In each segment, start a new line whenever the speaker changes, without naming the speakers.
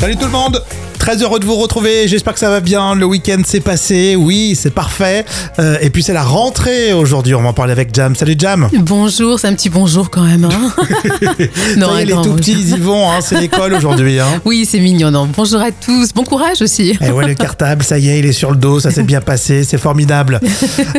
Salut tout le monde Très heureux de vous retrouver, j'espère que ça va bien, le week-end s'est passé, oui c'est parfait. Euh, et puis c'est la rentrée aujourd'hui, on va en parler avec Jam. Salut Jam
Bonjour, c'est un petit bonjour quand même. hein.
Ça y est,
un
les
grand
tout
bonjour.
petits ils y vont, hein, c'est l'école aujourd'hui. Hein.
Oui, c'est mignon. non. Bonjour à tous. Bon courage aussi.
Et ouais, le cartable, ça y est, il est sur le dos, ça s'est bien passé, c'est formidable.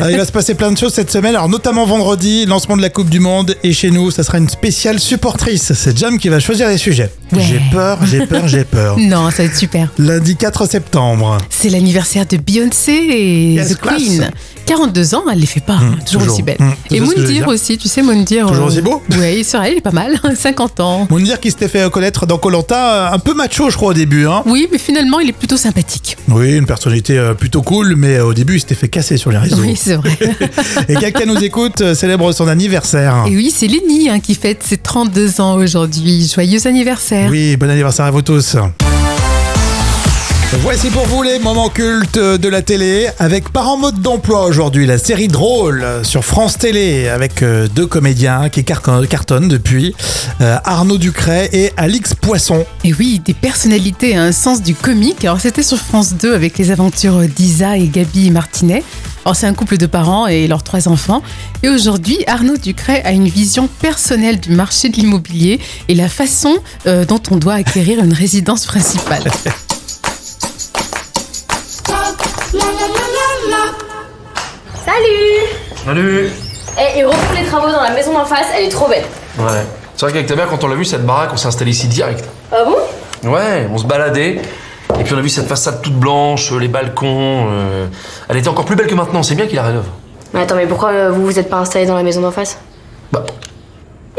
Euh, il va se passer plein de choses cette semaine, alors notamment vendredi, lancement de la Coupe du Monde, et chez nous, ça sera une spéciale supportrice. C'est Jam qui va choisir les sujets.
Ouais.
J'ai peur, j'ai peur, j'ai peur.
Non, ça va être super.
Lundi 4 septembre.
C'est l'anniversaire de Beyoncé et
Yes,
The Queen.
classe.
42 ans, elle les fait pas. hein, toujours,
toujours.
aussi belle.
Mmh, c'est
et
ça ce que je veux dire.
Moundir aussi, tu sais, Moundir.
Toujours aussi beau.
Oui, c'est vrai, il est pas mal. 50 ans.
Mounir qui s'était fait connaître dans Colanta, euh, un peu macho, je crois, au début. Hein.
Oui, mais finalement, il est plutôt sympathique.
Oui, une personnalité euh, plutôt cool, mais euh, au début, il s'était fait casser sur les réseaux.
Oui, c'est vrai.
Et quelqu'un nous écoute, euh, célèbre son anniversaire.
et oui, c'est Lenny hein, qui fête ses 32 ans aujourd'hui. Joyeux anniversaire.
Oui, bon anniversaire à vous tous. Voici pour vous les moments cultes de la télé avec Par en mode d'emploi aujourd'hui, la série drôle sur France Télé avec euh, deux comédiens qui car- cartonnent depuis, euh, Arnaud Ducret et Alix Poisson.
Et oui, des personnalités à un sens du comique. Alors c'était sur France 2 avec les aventures d'Isa et Gabi Martinet. Alors c'est un couple de parents et leurs trois enfants. Et aujourd'hui, Arnaud Ducret a une vision personnelle du marché de l'immobilier et la façon euh, dont on doit acquérir une résidence principale.
Salut
Salut
Et ils refont les travaux dans la maison d'en face, elle est trop belle.
Ouais. C'est vrai qu'avec ta mère, quand on l'a vu, cette baraque, on s'est installé ici direct.
Ah bon
Ouais, on se baladait. Et puis on a vu cette façade toute blanche, euh, les balcons. euh, Elle était encore plus belle que maintenant, c'est bien qu'il la rénove.
Mais attends, mais pourquoi euh, vous vous êtes pas installé dans la maison d'en face
Bah.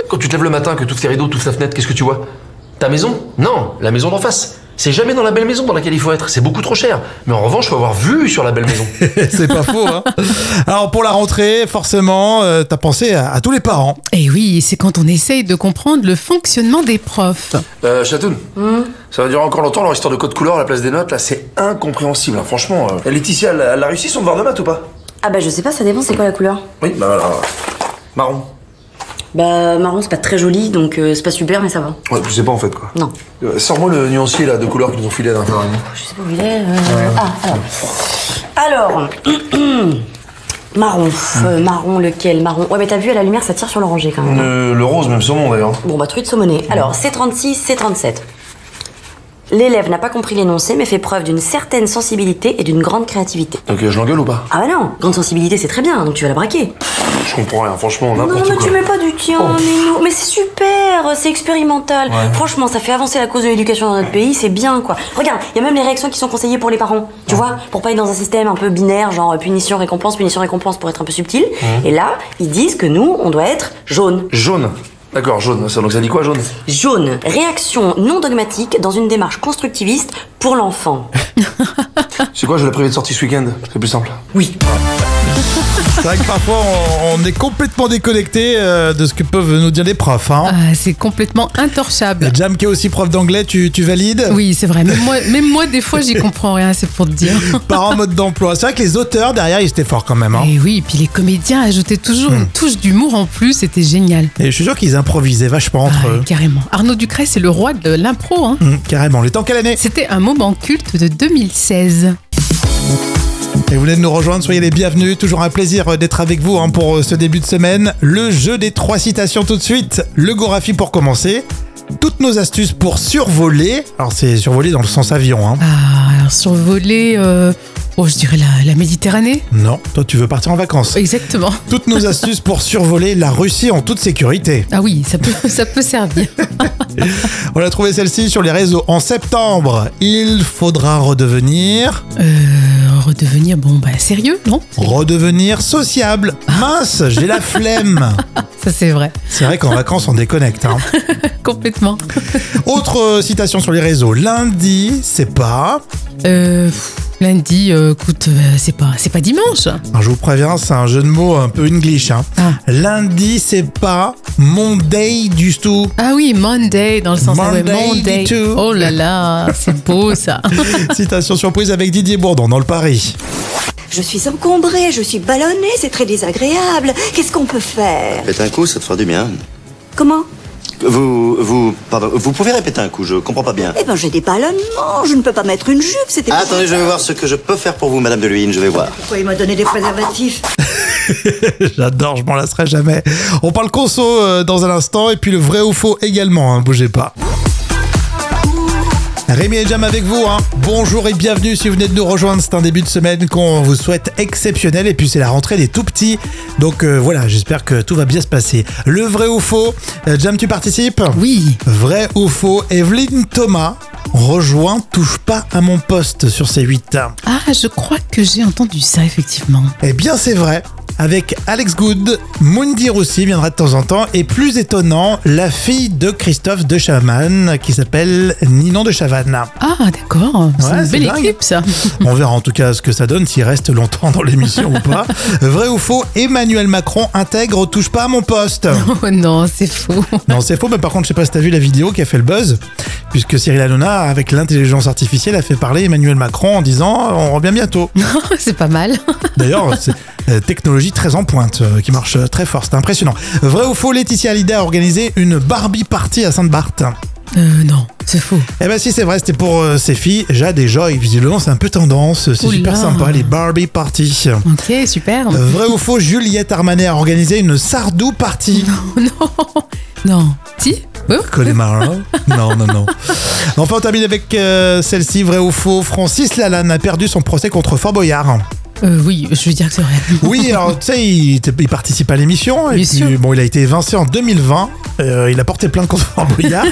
Quand tu te lèves le matin, que toutes tes rideaux, toute ta fenêtre, qu'est-ce que tu vois Ta maison Non, la maison d'en face. C'est jamais dans la belle maison dans laquelle il faut être, c'est beaucoup trop cher. Mais en revanche, faut avoir vu sur la belle maison.
C'est pas faux. Hein Alors pour la rentrée, forcément, euh, t'as pensé à- à tous les parents.
Et oui, c'est quand on essaye de comprendre le fonctionnement des profs.
Euh, Chatoun, ça va durer encore longtemps leur histoire de code couleur à la place des notes, là, c'est incompréhensible, hein, franchement. euh. Laetitia, elle, elle a réussi son devoir de maths ou pas
Ah bah je sais pas, ça dépend c'est quoi la couleur.
Oui, bah alors. Marron.
Bah marron c'est pas très joli donc euh, c'est pas super mais ça va.
Ouais, je sais pas en fait quoi.
Non.
Euh, Sors-moi le nuancier là de couleur qu'ils nous ont filé à l'intérieur.
Je sais pas où il est. euh, Ah alors. Alors. marron. euh, marron lequel Marron. Ouais mais t'as vu à la lumière ça tire sur l'oranger quand même. hein.
Le, le rose, même sûrement d'ailleurs.
Bon bah truite saumonée. Alors C36, C37. L'élève n'a pas compris l'énoncé mais fait preuve d'une certaine sensibilité et d'une grande créativité.
Donc euh, je l'engueule ou pas
Ah bah non, grande sensibilité c'est très bien donc tu vas la braquer.
Je comprends rien, franchement,
Non,
n'importe
mais
quoi. Oh.
tu mets pas du tien, Minou. Mais c'est super, c'est expérimental. Franchement, ça fait avancer la cause de l'éducation dans notre pays, c'est bien, quoi. Regarde, il y a même les réactions qui sont conseillées pour les parents. Tu vois, pour pas être dans un système un peu binaire, genre punition, récompense, punition, récompense, pour être un peu subtil. Et là, ils disent que nous, on doit être jaune.
Jaune. D'accord, jaune. Ça, donc ça dit quoi, jaune
Jaune, réaction non dogmatique dans une démarche constructiviste pour l'enfant.
C'est quoi, je l'ai privé de sortie ce week-end C'est plus simple.
Oui.
C'est vrai que parfois on, on est complètement déconnecté euh, de ce que peuvent nous dire les profs. Hein.
Ah, c'est complètement intorchable.
Et Jam qui est aussi prof d'anglais, tu, tu valides
Oui, c'est vrai. Même moi, même moi, des fois, j'y comprends rien, c'est pour te dire.
Par en mode d'emploi. C'est vrai que les auteurs derrière ils étaient forts quand même. hein.
Et Eh oui, et puis les comédiens ajoutaient toujours
Hmm.
une touche d'humour en plus, c'était génial.
Et je suis sûr qu'ils improvisaient vachement entre
Ah,
eux.
Carrément. Arnaud Ducret, c'est le roi de l'impro. hein.
Hum, carrément. Les temps quelle année
C'était un moment culte de 2016.
Et vous venez de nous rejoindre, soyez les bienvenus. Toujours un plaisir euh, d'être avec vous hein, pour euh, ce début de semaine. Le jeu des trois citations tout de suite. Le Gorafi pour commencer. Toutes nos astuces pour survoler. Alors c'est survoler dans le sens avion. Hein.
Ah, alors survoler, euh, oh, je dirais la, la Méditerranée.
Non, toi tu veux partir en vacances.
Exactement.
Toutes nos astuces pour survoler la Russie en toute sécurité.
Ah oui, ça peut, ça peut servir.
On a trouvé celle-ci sur les réseaux en septembre. Il faudra redevenir,
Euh, redevenir, bon, bah sérieux, non
redevenir sociable. Mince, j'ai la flemme.
Ça, c'est vrai.
C'est vrai qu'en vacances on déconnecte. hein.
Complètement.
Autre euh, citation sur les réseaux. Lundi, c'est pas.
Euh, pff, lundi, euh, écoute, euh, c'est pas, c'est pas dimanche.
Alors, hein, je vous préviens, c'est un jeu de mots un peu English. hein.
Ah.
Lundi, c'est pas mon day du tout.
Ah oui, Monday, dans le sens ah ouais,
Monday,
Monday.
dis-tu.
Oh là là, c'est beau ça.
Citation surprise avec Didier Bourdon dans le Paris.
Je suis encombrée, je suis ballonnée, c'est très désagréable. Qu'est-ce qu'on peut faire
Faites un coup, ça te fera du bien.
Comment
Vous, vous, pardon, vous pouvez répéter un coup, je comprends pas bien.
Eh ben, j'ai des ballonnements, je ne peux pas mettre une jupe, c'était pas-
Ah, Attendez, je vais voir ce que je peux faire pour vous, Madame de Luynes, je vais voir.
Pourquoi il m'a donné des préservatifs
J'adore, je m'en lasserai jamais. On parle conso euh, dans un instant et puis le vrai ou faux également, hein, bougez pas. Rémi et Jam avec vous, hein. bonjour et bienvenue si vous venez de nous rejoindre, c'est un début de semaine qu'on vous souhaite exceptionnel et puis c'est la rentrée des tout petits, donc euh, voilà, j'espère que tout va bien se passer. Le vrai ou faux, euh, Jam tu participes
Oui.
Vrai ou faux, Evelyne Thomas rejoint Touche pas à mon poste sur C8.
Ah, je crois que j'ai entendu ça, effectivement.
Eh bien, c'est vrai. Avec Alex Good, Mundi Roussi viendra de temps en temps. Et plus étonnant, la fille de Christophe de Chavannes, qui s'appelle Ninon de Chavannes.
Ah, d'accord. C'est
Ouais,
une
c'est
belle
dingue.
équipe, ça.
On verra en tout cas ce que ça donne, s'il reste longtemps dans l'émission ou pas. Vrai ou faux, Emmanuel Macron intègre Touche pas à mon poste.
Oh non, c'est faux.
Non, c'est faux, mais par contre, je sais pas si t'as vu la vidéo qui a fait le buzz, puisque Cyril Hanouna, avec l'intelligence artificielle, a fait parler Emmanuel Macron en disant On revient bientôt.
c'est pas mal.
D'ailleurs, c'est euh, technologie très en pointe euh, qui marche euh, très fort, c'est impressionnant. Vrai ou faux, Laetitia Hallyday a organisé une Barbie party à Sainte-Barthe.
Euh, non, c'est faux.
Eh ben si c'est vrai, c'était pour euh, ses filles, Jade et Joy. Visiblement, c'est un peu tendance, c'est
Oula.
super sympa les Barbie parties.
Ok, super.
Euh, Vrai ou faux, Juliette Armanet a organisé une Sardou party.
non, non. Si Oui
Connemara hein Non, non, non. Enfin, on termine avec euh, celle-ci, vrai ou faux. Francis Lalanne a perdu son procès contre Fort Boyard.
Euh, Oui, je veux dire que c'est vrai.
Oui, alors tu sais, il, il participe à l'émission. Et
Bien
puis,
sûr.
bon, il a été évincé en 2020. Euh, il a porté plainte contre Fort Boyard.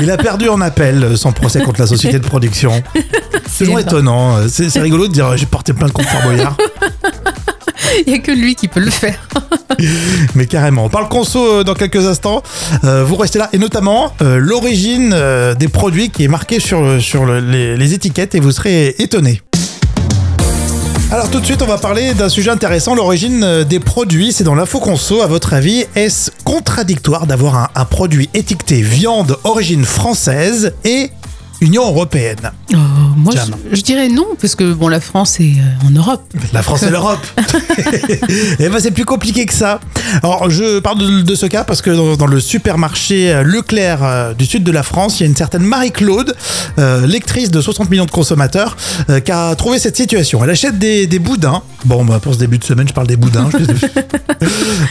il a perdu en appel euh, son procès contre la société de production. C'est toujours
énorme.
étonnant. Euh, C'est c'est rigolo de dire euh, j'ai porté plainte contre Fort Boyard.
Il n'y a que lui qui peut le faire.
Mais carrément. On parle conso euh, dans quelques instants. Euh, vous restez là. Et notamment, euh, l'origine euh, des produits qui est marquée sur, le- sur le- les, les étiquettes et vous serez étonnés. Alors tout de suite, on va parler d'un sujet intéressant, l'origine euh, des produits. C'est dans l'info conso. À votre avis, est-ce contradictoire d'avoir un, un produit étiqueté viande origine française et Union européenne
Euh, moi,
Jam.
je, je dirais non, parce que bon, la France est euh, en Europe.
La France et l'Europe. Eh ben c'est plus compliqué que ça. Alors je parle de, de ce cas parce que dans, dans le supermarché euh, Leclerc euh, du sud de la France, il y a une certaine Marie-Claude, euh, lectrice de 60 millions de consommateurs, euh, qui a trouvé cette situation. Elle achète des, des boudins. Bon, bah, pour ce début de semaine, je parle des boudins. je suis désolé.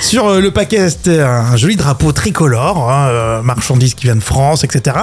Sur euh, le paquet, c'était un joli drapeau tricolore, hein, euh, marchandise qui vient de France, etc.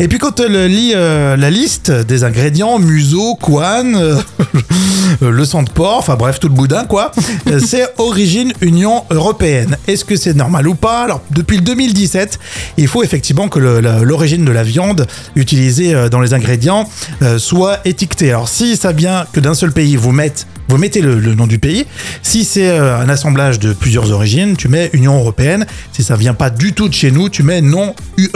Et puis quand elle lit euh, la liste des ingrédients, museau, couane, euh, euh, le sang de porc, enfin bref, tout le boudin quoi, euh, c'est origine Union Européenne. Est-ce que c'est normal ou pas Alors depuis le 2017, il faut effectivement que le- la- l'origine de la viande utilisée euh, dans les ingrédients euh, soit étiquetée. Alors si ça vient que d'un seul pays, vous mettez vous mettez le, le nom du pays. Si c'est euh, un assemblage de plusieurs origines, tu mets Union Européenne. Si ça vient pas du tout de chez nous, tu mets non UE.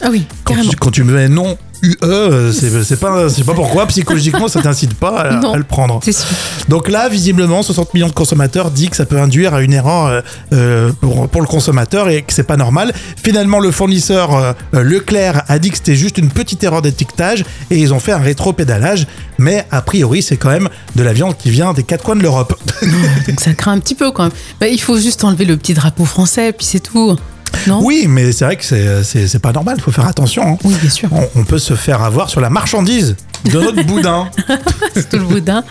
Ah oui,
Quand
carrément.
tu, quand tu mets non UE, euh, c'est c'est pas, je sais pas pourquoi, psychologiquement, ça t'incite pas à,
Non.
à le prendre.
C'est sûr.
Donc là, visiblement, 60 millions de consommateurs disent que ça peut induire à une erreur euh, euh, pour, pour le consommateur et que c'est pas normal. Finalement, le fournisseur euh, euh, Leclerc a dit que c'était juste une petite erreur d'étiquetage et ils ont fait un rétro-pédalage. Mais a priori, c'est quand même de la viande qui vient des quatre coins de l'Europe.
Donc ça craint un petit peu quand même. Bah, il faut juste enlever le petit drapeau français, puis c'est tout. Non
oui, mais c'est vrai que c'est- euh, c'est c'est pas normal, il faut faire attention. hein.
Oui, bien sûr.
On- on peut se faire avoir sur la marchandise de notre boudin.
C'est tout le boudin.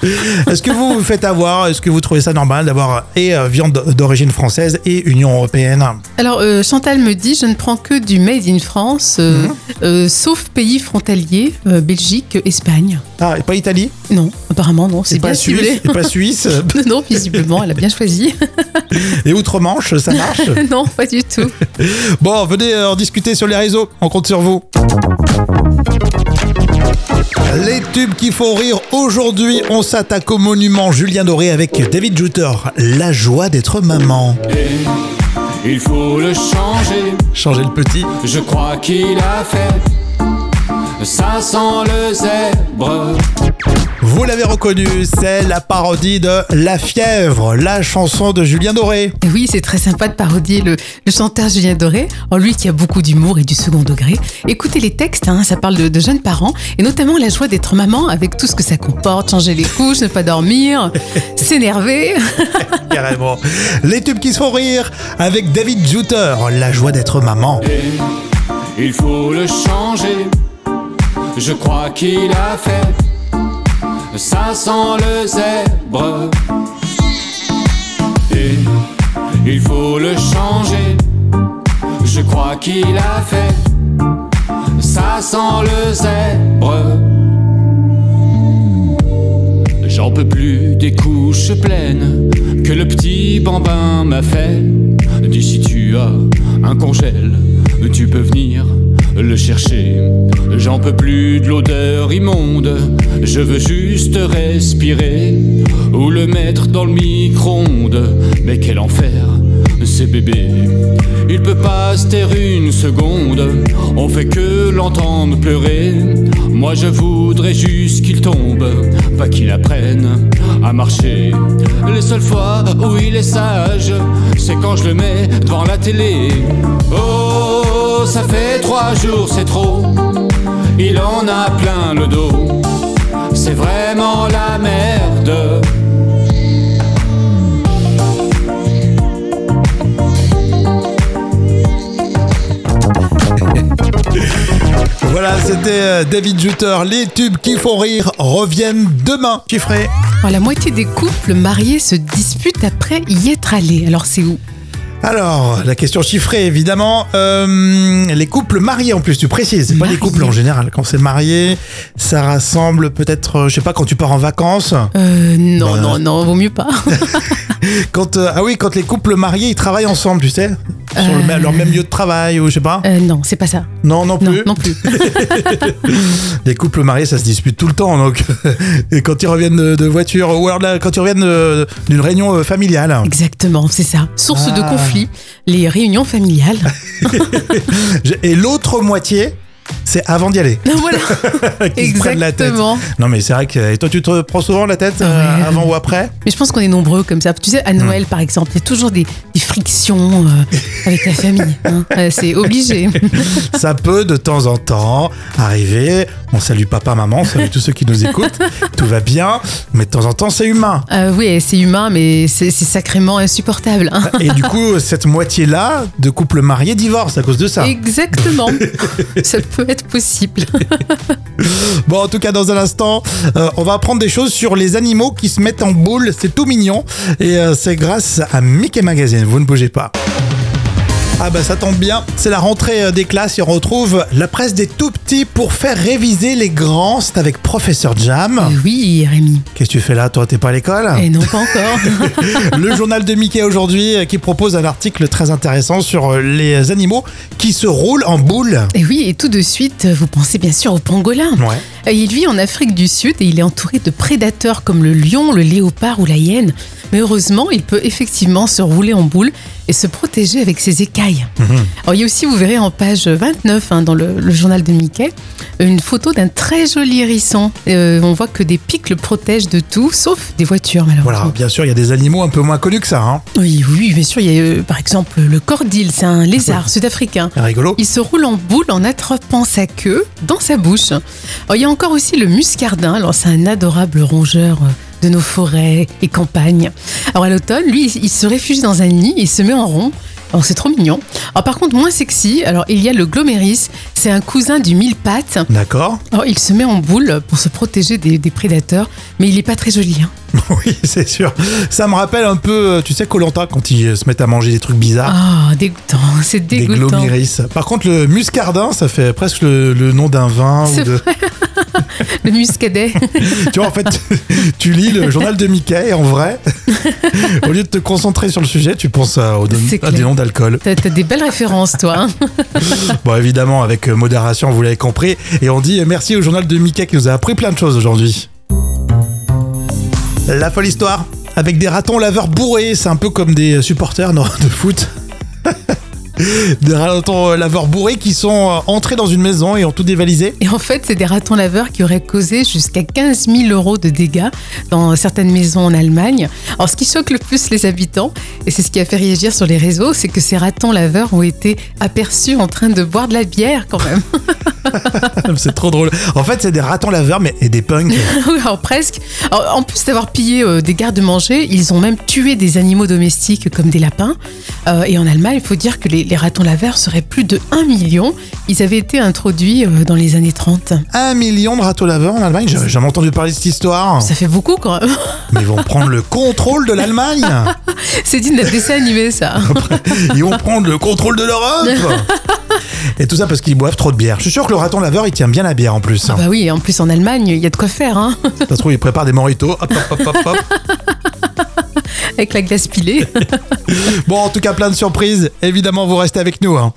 Est-ce que vous vous faites avoir Est-ce que vous trouvez ça normal d'avoir et euh, viande d'origine française et Union européenne
Alors, euh, Chantal me dit je ne prends que du made in France, euh,
Mhm.
euh, sauf pays frontaliers, euh, Belgique, Espagne.
Ah, et pas Italie
Non, apparemment, non. C'est
Et
bien
pas suisse,
ciblé.
et pas suisse,
non, visiblement, elle a bien choisi.
et outre-Manche, ça marche.
non, pas du tout.
Bon, venez euh, en discuter sur les réseaux, on compte sur vous. Les tubes qui font rire aujourd'hui, on s'attaque au monument Julien Doré avec David Jutter, La joie d'être maman.
Il faut le changer,
Changer le petit.
je crois qu'il a fait. Ça sent le zèbre.
Vous l'avez reconnu, c'est la parodie de La fièvre, la chanson de Julien Doré.
Et oui, c'est très sympa de parodier le, le chanteur Julien Doré, en lui qui a beaucoup d'humour et du second degré. Écoutez les textes, hein, ça parle de, de jeunes parents, et notamment la joie d'être maman avec tout ce que ça comporte, changer les couches, ne pas dormir, s'énerver.
Carrément. Les tubes qui se font rire avec David Jutter, La joie d'être maman.
il faut le changer. Je crois qu'il a fait, ça sent le zèbre. Et il faut le changer. Je crois qu'il a fait, ça sent le zèbre. J'en peux plus des couches pleines que le petit bambin m'a fait. Dis si tu as un congèle, tu peux venir le chercher. J'en peux plus de l'odeur immonde, je veux juste respirer ou le mettre dans le micro-ondes. Mais quel enfer, ces bébés. Il peut pas se taire une seconde, on fait que l'entendre pleurer. Moi je voudrais juste qu'il tombe, pas qu'il apprenne à marcher. Les seules fois où il est sage, c'est quand je le mets devant la télé. Oh, ça fait trois jours, c'est trop. Il en a plein le dos. C'est vraiment la merde.
Voilà, c'était euh, David Jutter. Les tubes qui font rire reviennent demain. Chiffré.
Alors, la moitié des couples mariés se disputent après y être allés. Alors c'est où
Alors, la question chiffrée, évidemment. Euh, les couples mariés, en plus, tu précises. C'est pas les
Mariés.
couples en général. Quand c'est marié, ça rassemble peut-être, euh, je sais pas, quand tu pars en vacances.
euh, Non,
Bah.
non, non, vaut mieux pas.
Quand, euh, ah oui, quand les couples mariés, ils travaillent ensemble, tu sais. Sur le
Euh.
même- leur même lieu de travail, ou je sais pas.
Euh, non, c'est pas ça.
Non, non
Non,
plus.
non plus.
Les couples mariés, ça se dispute tout le temps. Donc, et quand ils reviennent de, de voiture, ou alors là, quand ils reviennent de- d'une réunion euh, familiale.
Exactement, c'est ça. Source de
Ah.
conflit, les réunions familiales.
Je- Et l'autre moitié, c'est avant d'y aller.
voilà,
Qu'ils se prennent la tête.
exactement.
Non, mais c'est vrai que. Et toi, tu te prends souvent la tête euh,
Ouais.
avant ou après
Mais je pense qu'on est nombreux comme ça. Tu sais, à
Hmm.
Noël, par exemple, il y a toujours des, des frictions euh, avec la famille. hein. Euh, c'est obligé.
Ça peut de temps en temps arriver. On salue papa, maman, on salue tous ceux qui nous écoutent. Tout va bien, mais de temps en temps, c'est humain.
Euh, oui, c'est humain, mais c'est c'est sacrément insupportable. hein.
Et du coup, cette moitié-là de couples mariés divorce à cause de ça.
Exactement. ça peut être possible.
Bon, en tout cas, dans un instant, euh, on va apprendre des choses sur les animaux qui se mettent en boule. C'est tout mignon. Et euh, c'est grâce à Mickey Magazine. Vous ne bougez pas. Ah bah ça tombe bien, c'est la rentrée euh, des classes et on retrouve la presse des tout petits pour faire réviser les grands. C'est avec Professeur Jam.
Euh, Oui, Rémi.
Qu'est-ce que tu fais là Toi, t'es pas à l'école
Et non, pas encore.
le journal de Mickey aujourd'hui euh, qui propose un article très intéressant sur euh, les animaux qui se roulent en boule.
Et oui, et tout de suite, vous pensez bien sûr au pangolin.
Ouais.
Euh, Il vit en Afrique du Sud et il est entouré de prédateurs comme le lion, le léopard ou la hyène. Mais heureusement, il peut effectivement se rouler en boule et se protéger avec ses écailles. Alors, il y a aussi, vous verrez en page 29 hein, dans le, le journal de Mickey, une photo d'un très joli hérisson. Euh, on voit que des pics le protègent de tout, sauf des voitures malheureusement.
Voilà, bien sûr, il y a des animaux un peu moins connus que ça. Hein.
Oui, oui, bien sûr, il y a euh, par exemple le cordil, c'est un lézard sud-africain.
C'est Rigolo.
Il se roule en boule en attrapant sa queue dans sa bouche. Alors, il y a encore aussi le muscardin. Alors, c'est un adorable rongeur euh, de nos forêts et campagnes. Alors, à l'automne, lui, il se réfugie dans un nid et se met en rond. Alors, c'est trop mignon. Alors, par contre, moins sexy, alors il y a le gloméris. C'est un cousin du mille-pattes.
D'accord.
Alors, il se met en boule pour se protéger des, des prédateurs, mais il n'est pas très joli. hein.
Oui, c'est sûr. Ça me rappelle un peu, euh, tu sais, Colanta quand ils euh, se mettent à manger des trucs bizarres.
Ah, dégoûtant. C'est
Des
dégoûtant.
glomiris. Par contre, le muscardin, ça fait presque le, le nom d'un vin. Ou
C'est
de...
Le muscadet.
Tu vois, en fait, tu- tu lis le journal de Mickey et en vrai, au lieu de te concentrer sur le sujet, tu penses à, au-
C'est
à
clair.
des noms d'alcool.
T'as t'as des belles références, toi. hein.
Bon, évidemment, avec euh, modération, vous l'avez compris. Et on dit merci au journal de Mickey qui nous a appris plein de choses aujourd'hui. La folle histoire. Avec des ratons laveurs bourrés, c'est un peu comme des supporters non, de foot. des ratons euh, laveurs bourrés qui sont euh, entrés dans une maison et ont tout dévalisé.
Et en fait, c'est des ratons laveurs qui auraient causé jusqu'à 15 000 euros de dégâts dans certaines maisons en Allemagne. Alors, ce qui choque le plus les habitants, et c'est ce qui a fait réagir sur les réseaux, c'est que ces ratons laveurs ont été aperçus en train de boire de la bière quand même.
c'est trop drôle. En fait, c'est des ratons laveurs mais et des punks.
Alors, presque. Alors, en plus d'avoir pillé euh, des gardes-manger, ils ont même tué des animaux domestiques comme des lapins. Euh, et en Allemagne, il faut dire que les, les, les ratons laveurs seraient plus de 1 million. Ils avaient été introduits euh, dans les années 30.
Un million de râteaux laveurs en Allemagne, j'ai jamais entendu parler de cette histoire.
Ça fait beaucoup quand même.
Mais ils vont prendre le contrôle de l'Allemagne.
C'est digne d'un dessin animé, ça.
Ils vont prendre le contrôle de l'Europe. Et tout ça parce qu'ils boivent trop de bière. Je suis sûr que le raton laveur, il tient bien la bière en plus. hein.
Ah bah oui, et en plus en Allemagne, il y a de quoi faire, hein,
Ça se trouve, il prépare des moritos. Hop, hop, hop, hop, hop.
avec la glace pilée.
Bon, en tout cas, plein de surprises. Évidemment, vous restez avec nous. hein.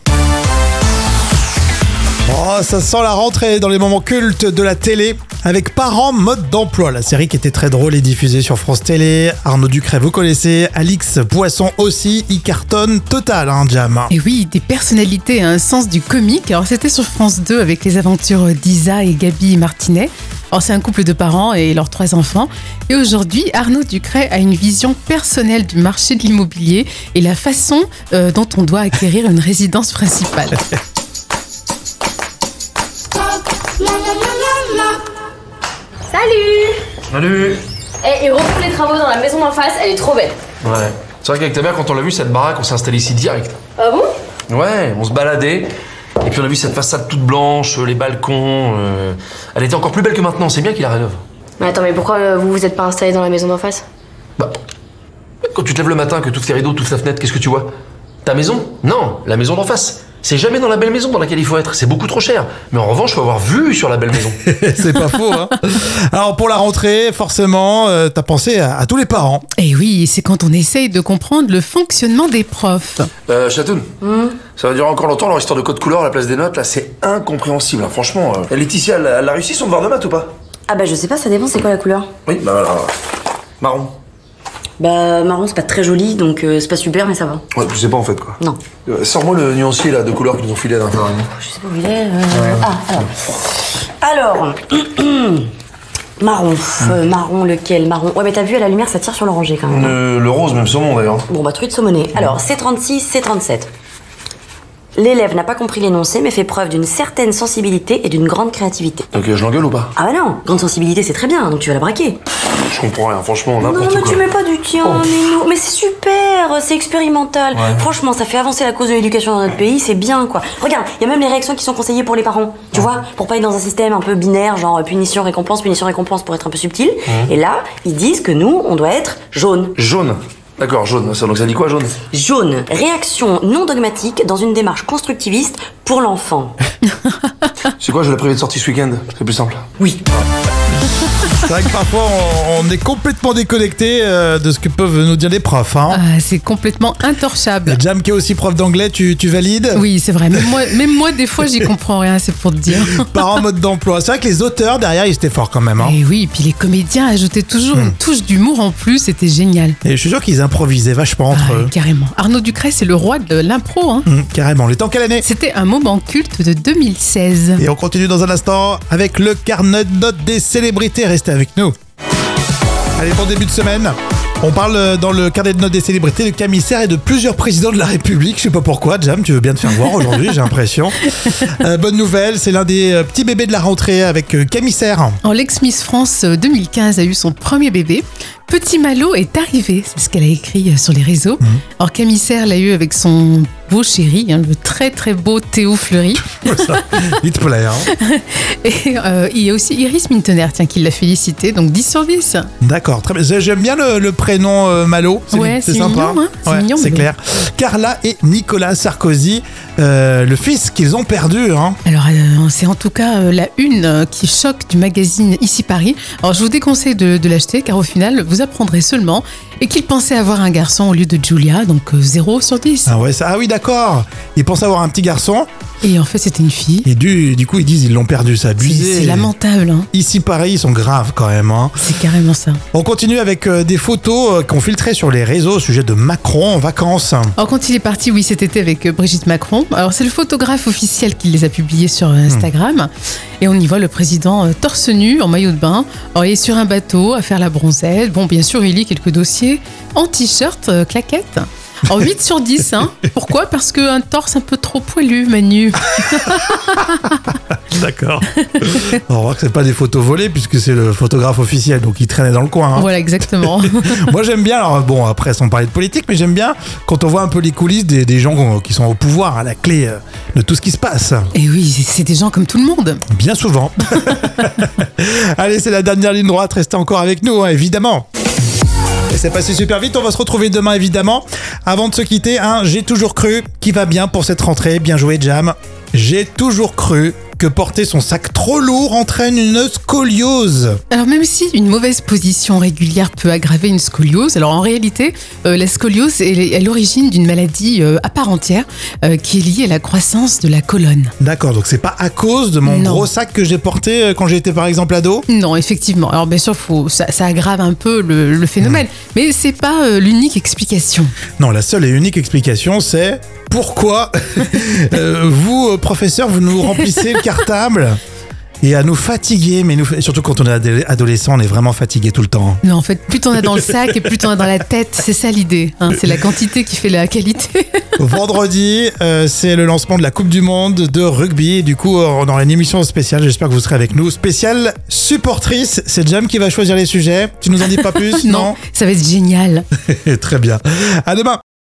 Oh, ça sent la rentrée dans les moments cultes de la télé avec Parents mode d'emploi, la série qui était très drôle et diffusée sur France Télé. Arnaud Ducret, vous connaissez. Alix Poisson aussi. Il cartonne total, hein, Jam.
Et oui, des personnalités à un sens du comique. Alors c'était sur France 2 avec les aventures d'Isa et Gabi Martinet. Alors c'est un couple de parents et leurs trois enfants. Et aujourd'hui, Arnaud Ducret a une vision personnelle du marché de l'immobilier et la façon euh, dont on doit acquérir une résidence principale.
Salut
Salut
Eh, ils refont les travaux dans la maison d'en face, elle est trop belle.
Ouais. C'est vrai qu'avec ta mère, quand on l'a vu, cette baraque, on s'est installé ici direct.
Ah bon
Ouais, on se baladait. Et puis on a vu cette façade toute blanche, les balcons. euh, Elle était encore plus belle que maintenant, c'est bien qu'il la rénove.
Mais attends, mais pourquoi euh, vous vous êtes pas installé dans la maison d'en face
Bah, quand tu te lèves le matin, que tu ouvres tes rideaux, tu ouvres ta fenêtre, qu'est-ce que tu vois Ta maison Non, la maison d'en face. C'est jamais dans la belle maison dans laquelle il faut être, c'est beaucoup trop cher. Mais en revanche, faut avoir vu sur la belle maison.
C'est pas faux, hein Alors pour la rentrée, forcément, euh, t'as pensé à, à tous les parents.
Et oui, c'est quand on essaye de comprendre le fonctionnement des profs.
Euh, Chatoun,
Hmm
ça va durer encore longtemps leur histoire de code couleur à la place des notes, là, c'est incompréhensible, hein, franchement. euh. Et Laetitia, elle, elle a réussi son devoir de maths ou pas
Ah bah je sais pas, ça dépend c'est quoi la couleur.
Oui, bah voilà. Marron.
Bah marron c'est pas très joli donc euh, c'est pas super mais ça va.
Ouais, je sais pas en fait quoi.
Non.
Euh, Sors-moi le nuancier là de couleurs qu'ils nous ont filé à l'intérieur.
Je sais pas où il est. euh, Ah, alors. Alors. marron. euh, marron lequel Marron. Ouais mais t'as vu à la lumière ça tire sur l'oranger quand même.
Le, le rose, même saumon d'ailleurs.
Bon bah truite saumonée. Alors C36, C37. L'élève n'a pas compris l'énoncé mais fait preuve d'une certaine sensibilité et d'une grande créativité.
Donc euh, je l'engueule ou pas
Ah bah non, grande sensibilité c'est très bien donc tu vas la braquer.
Je comprends rien, franchement,
Non,
Bah, n'importe quoi.
mais
Oh,
tu mets pas du tien, Nino. Mais c'est super, c'est expérimental. Franchement, ça fait avancer la cause de l'éducation dans notre pays, c'est bien quoi. Regarde, il y a même les réactions qui sont conseillées pour les parents, tu vois, pour pas être dans un système un peu binaire, genre euh, punition, récompense, punition, récompense, pour être un peu subtil. Et là, ils disent que nous, on doit être jaune.
Jaune. D'accord, jaune. Ça, donc ça dit quoi, jaune
Jaune, réaction non dogmatique dans une démarche constructiviste pour l'enfant.
C'est quoi, je l'ai privé de sortie ce week-end C'est plus simple.
Oui.
C'est vrai que parfois on, on est complètement déconnecté euh, de ce que peuvent nous dire les profs. Hein.
Ah, c'est complètement intorchable.
La Jam qui est aussi prof d'anglais, tu, tu valides
Ah. Oui, c'est vrai. Même moi, même moi, des fois, j'y comprends rien, c'est pour te dire.
Parents mode d'emploi. C'est vrai que les auteurs derrière, ils étaient forts quand même. hein.
Et Eh oui, et puis les comédiens ajoutaient toujours une touche d'humour en plus, c'était génial.
Et je suis sûr qu'ils improvisaient vachement entre
Ah,
eux.
carrément. Arnaud Ducret, c'est le roi de l'impro. hein.
Hum, carrément. Les temps, quelle année
C'était un moment culte de 2016.
Et on continue dans un instant avec le carnet de notes des célébrités. Restez avec nous. Allez, bon début de semaine. On parle euh, dans le carnet de notes des célébrités de commissaires et de plusieurs présidents de la République. Je sais pas pourquoi, Jam, tu veux bien te faire voir aujourd'hui, j'ai l'impression. Euh, bonne nouvelle, c'est l'un des euh, petits bébés de la rentrée avec euh, commissaire.
Alors, l'ex-Miss France euh, 2015 a eu son premier bébé. Petit Malo est arrivé, c'est ce qu'elle a écrit euh, sur les réseaux. Or, Camissaire l'a eu avec son beau chéri, hein, le très très beau Théo Fleury.
Il te plaît, hein
Et euh, il y a aussi Iris Mintener, tiens, qui l'a félicité, donc 10 sur 10.
D'accord, très bien. J'ai- J'aime bien le, le prénom euh, Malo.
Ouais, c'est mignon, hein. C'est
Ouais,
mignon,
c'est
mais-
clair. Carla et Nicolas Sarkozy, euh, le fils qu'ils ont perdu, hein.
Alors, euh, c'est en tout cas euh, la une euh, qui choque du magazine Ici Paris. Alors, je vous déconseille de, de l'acheter car au final, vous apprendrez seulement et qu'il pensait avoir un garçon au lieu de Julia, donc euh, 0 sur 10.
Ah, ouais, ça- ah oui, d'accord. Ils pensent avoir un petit garçon
Et en fait, c'était une fille.
et du, du coup ils disent ils l'ont perdu, c'est
C'est
abusé.
c'est lamentable, hein.
Ici Paris, ils sont graves quand même. hein.
c'est carrément ça.
On continue avec euh, des photos euh, qu'on filtrait sur les réseaux au sujet de Macron en vacances.
Alors quand il est parti, oui, cet été avec euh, Brigitte Macron. Alors c'est le photographe officiel qui les a publiés sur euh, Instagram. Et on y voit le président euh, torse nu, en maillot de bain. Alors, il est sur un bateau à faire la bronzette. Bon, bien sûr, il lit quelques dossiers en t-shirt, euh, claquette. En 8 sur 10, hein. Pourquoi Parce qu'un torse un peu trop poilu, Manu.
D'accord. On va voir que c'est pas des photos volées puisque c'est le photographe officiel, donc il traînait dans le coin. hein.
Voilà, exactement.
Moi j'aime bien, alors bon après sans parler de politique, mais j'aime bien quand on voit un peu les coulisses des, des gens qu'on- qui sont au pouvoir, à la clé euh, de tout ce qui se passe.
Et oui, c'est des gens comme tout le monde.
Bien souvent. Allez, c'est la dernière ligne droite, restez encore avec nous, hein, évidemment. Et c'est passé super vite, on va se retrouver demain évidemment. Avant de se quitter, hein, j'ai toujours cru qui va bien pour cette rentrée, bien joué Jam. J'ai toujours cru que porter son sac trop lourd entraîne une scoliose.
Alors même si une mauvaise position régulière peut aggraver une scoliose, alors en réalité, euh, la scoliose est à l'origine d'une maladie euh, à part entière euh, qui est liée à la croissance de la colonne.
D'accord, donc c'est pas à cause de mon
Non.
gros sac que j'ai porté euh, quand j'étais par exemple ado
Non, effectivement. Alors bien sûr, faut, ça, ça aggrave un peu le, le phénomène, mais c'est pas euh, l'unique explication.
Non, la seule et unique explication, c'est pourquoi euh, vous, euh, professeurs, vous nous remplissez le cartable et à nous fatiguer, mais nous, surtout quand on est adé- adolescent, on est vraiment fatigué tout le temps.
Non, en fait, plus t'en as dans le sac et plus t'en as dans la tête, c'est ça l'idée. hein. C'est la quantité qui fait la qualité.
Vendredi, euh, c'est le lancement de la Coupe du Monde de rugby. Et du coup, euh, on aura une émission spéciale. J'espère que vous serez avec nous. Spéciale supportrice. C'est Jam qui va choisir les sujets. Tu nous en dis pas plus
ça va être génial.
Très bien. À demain.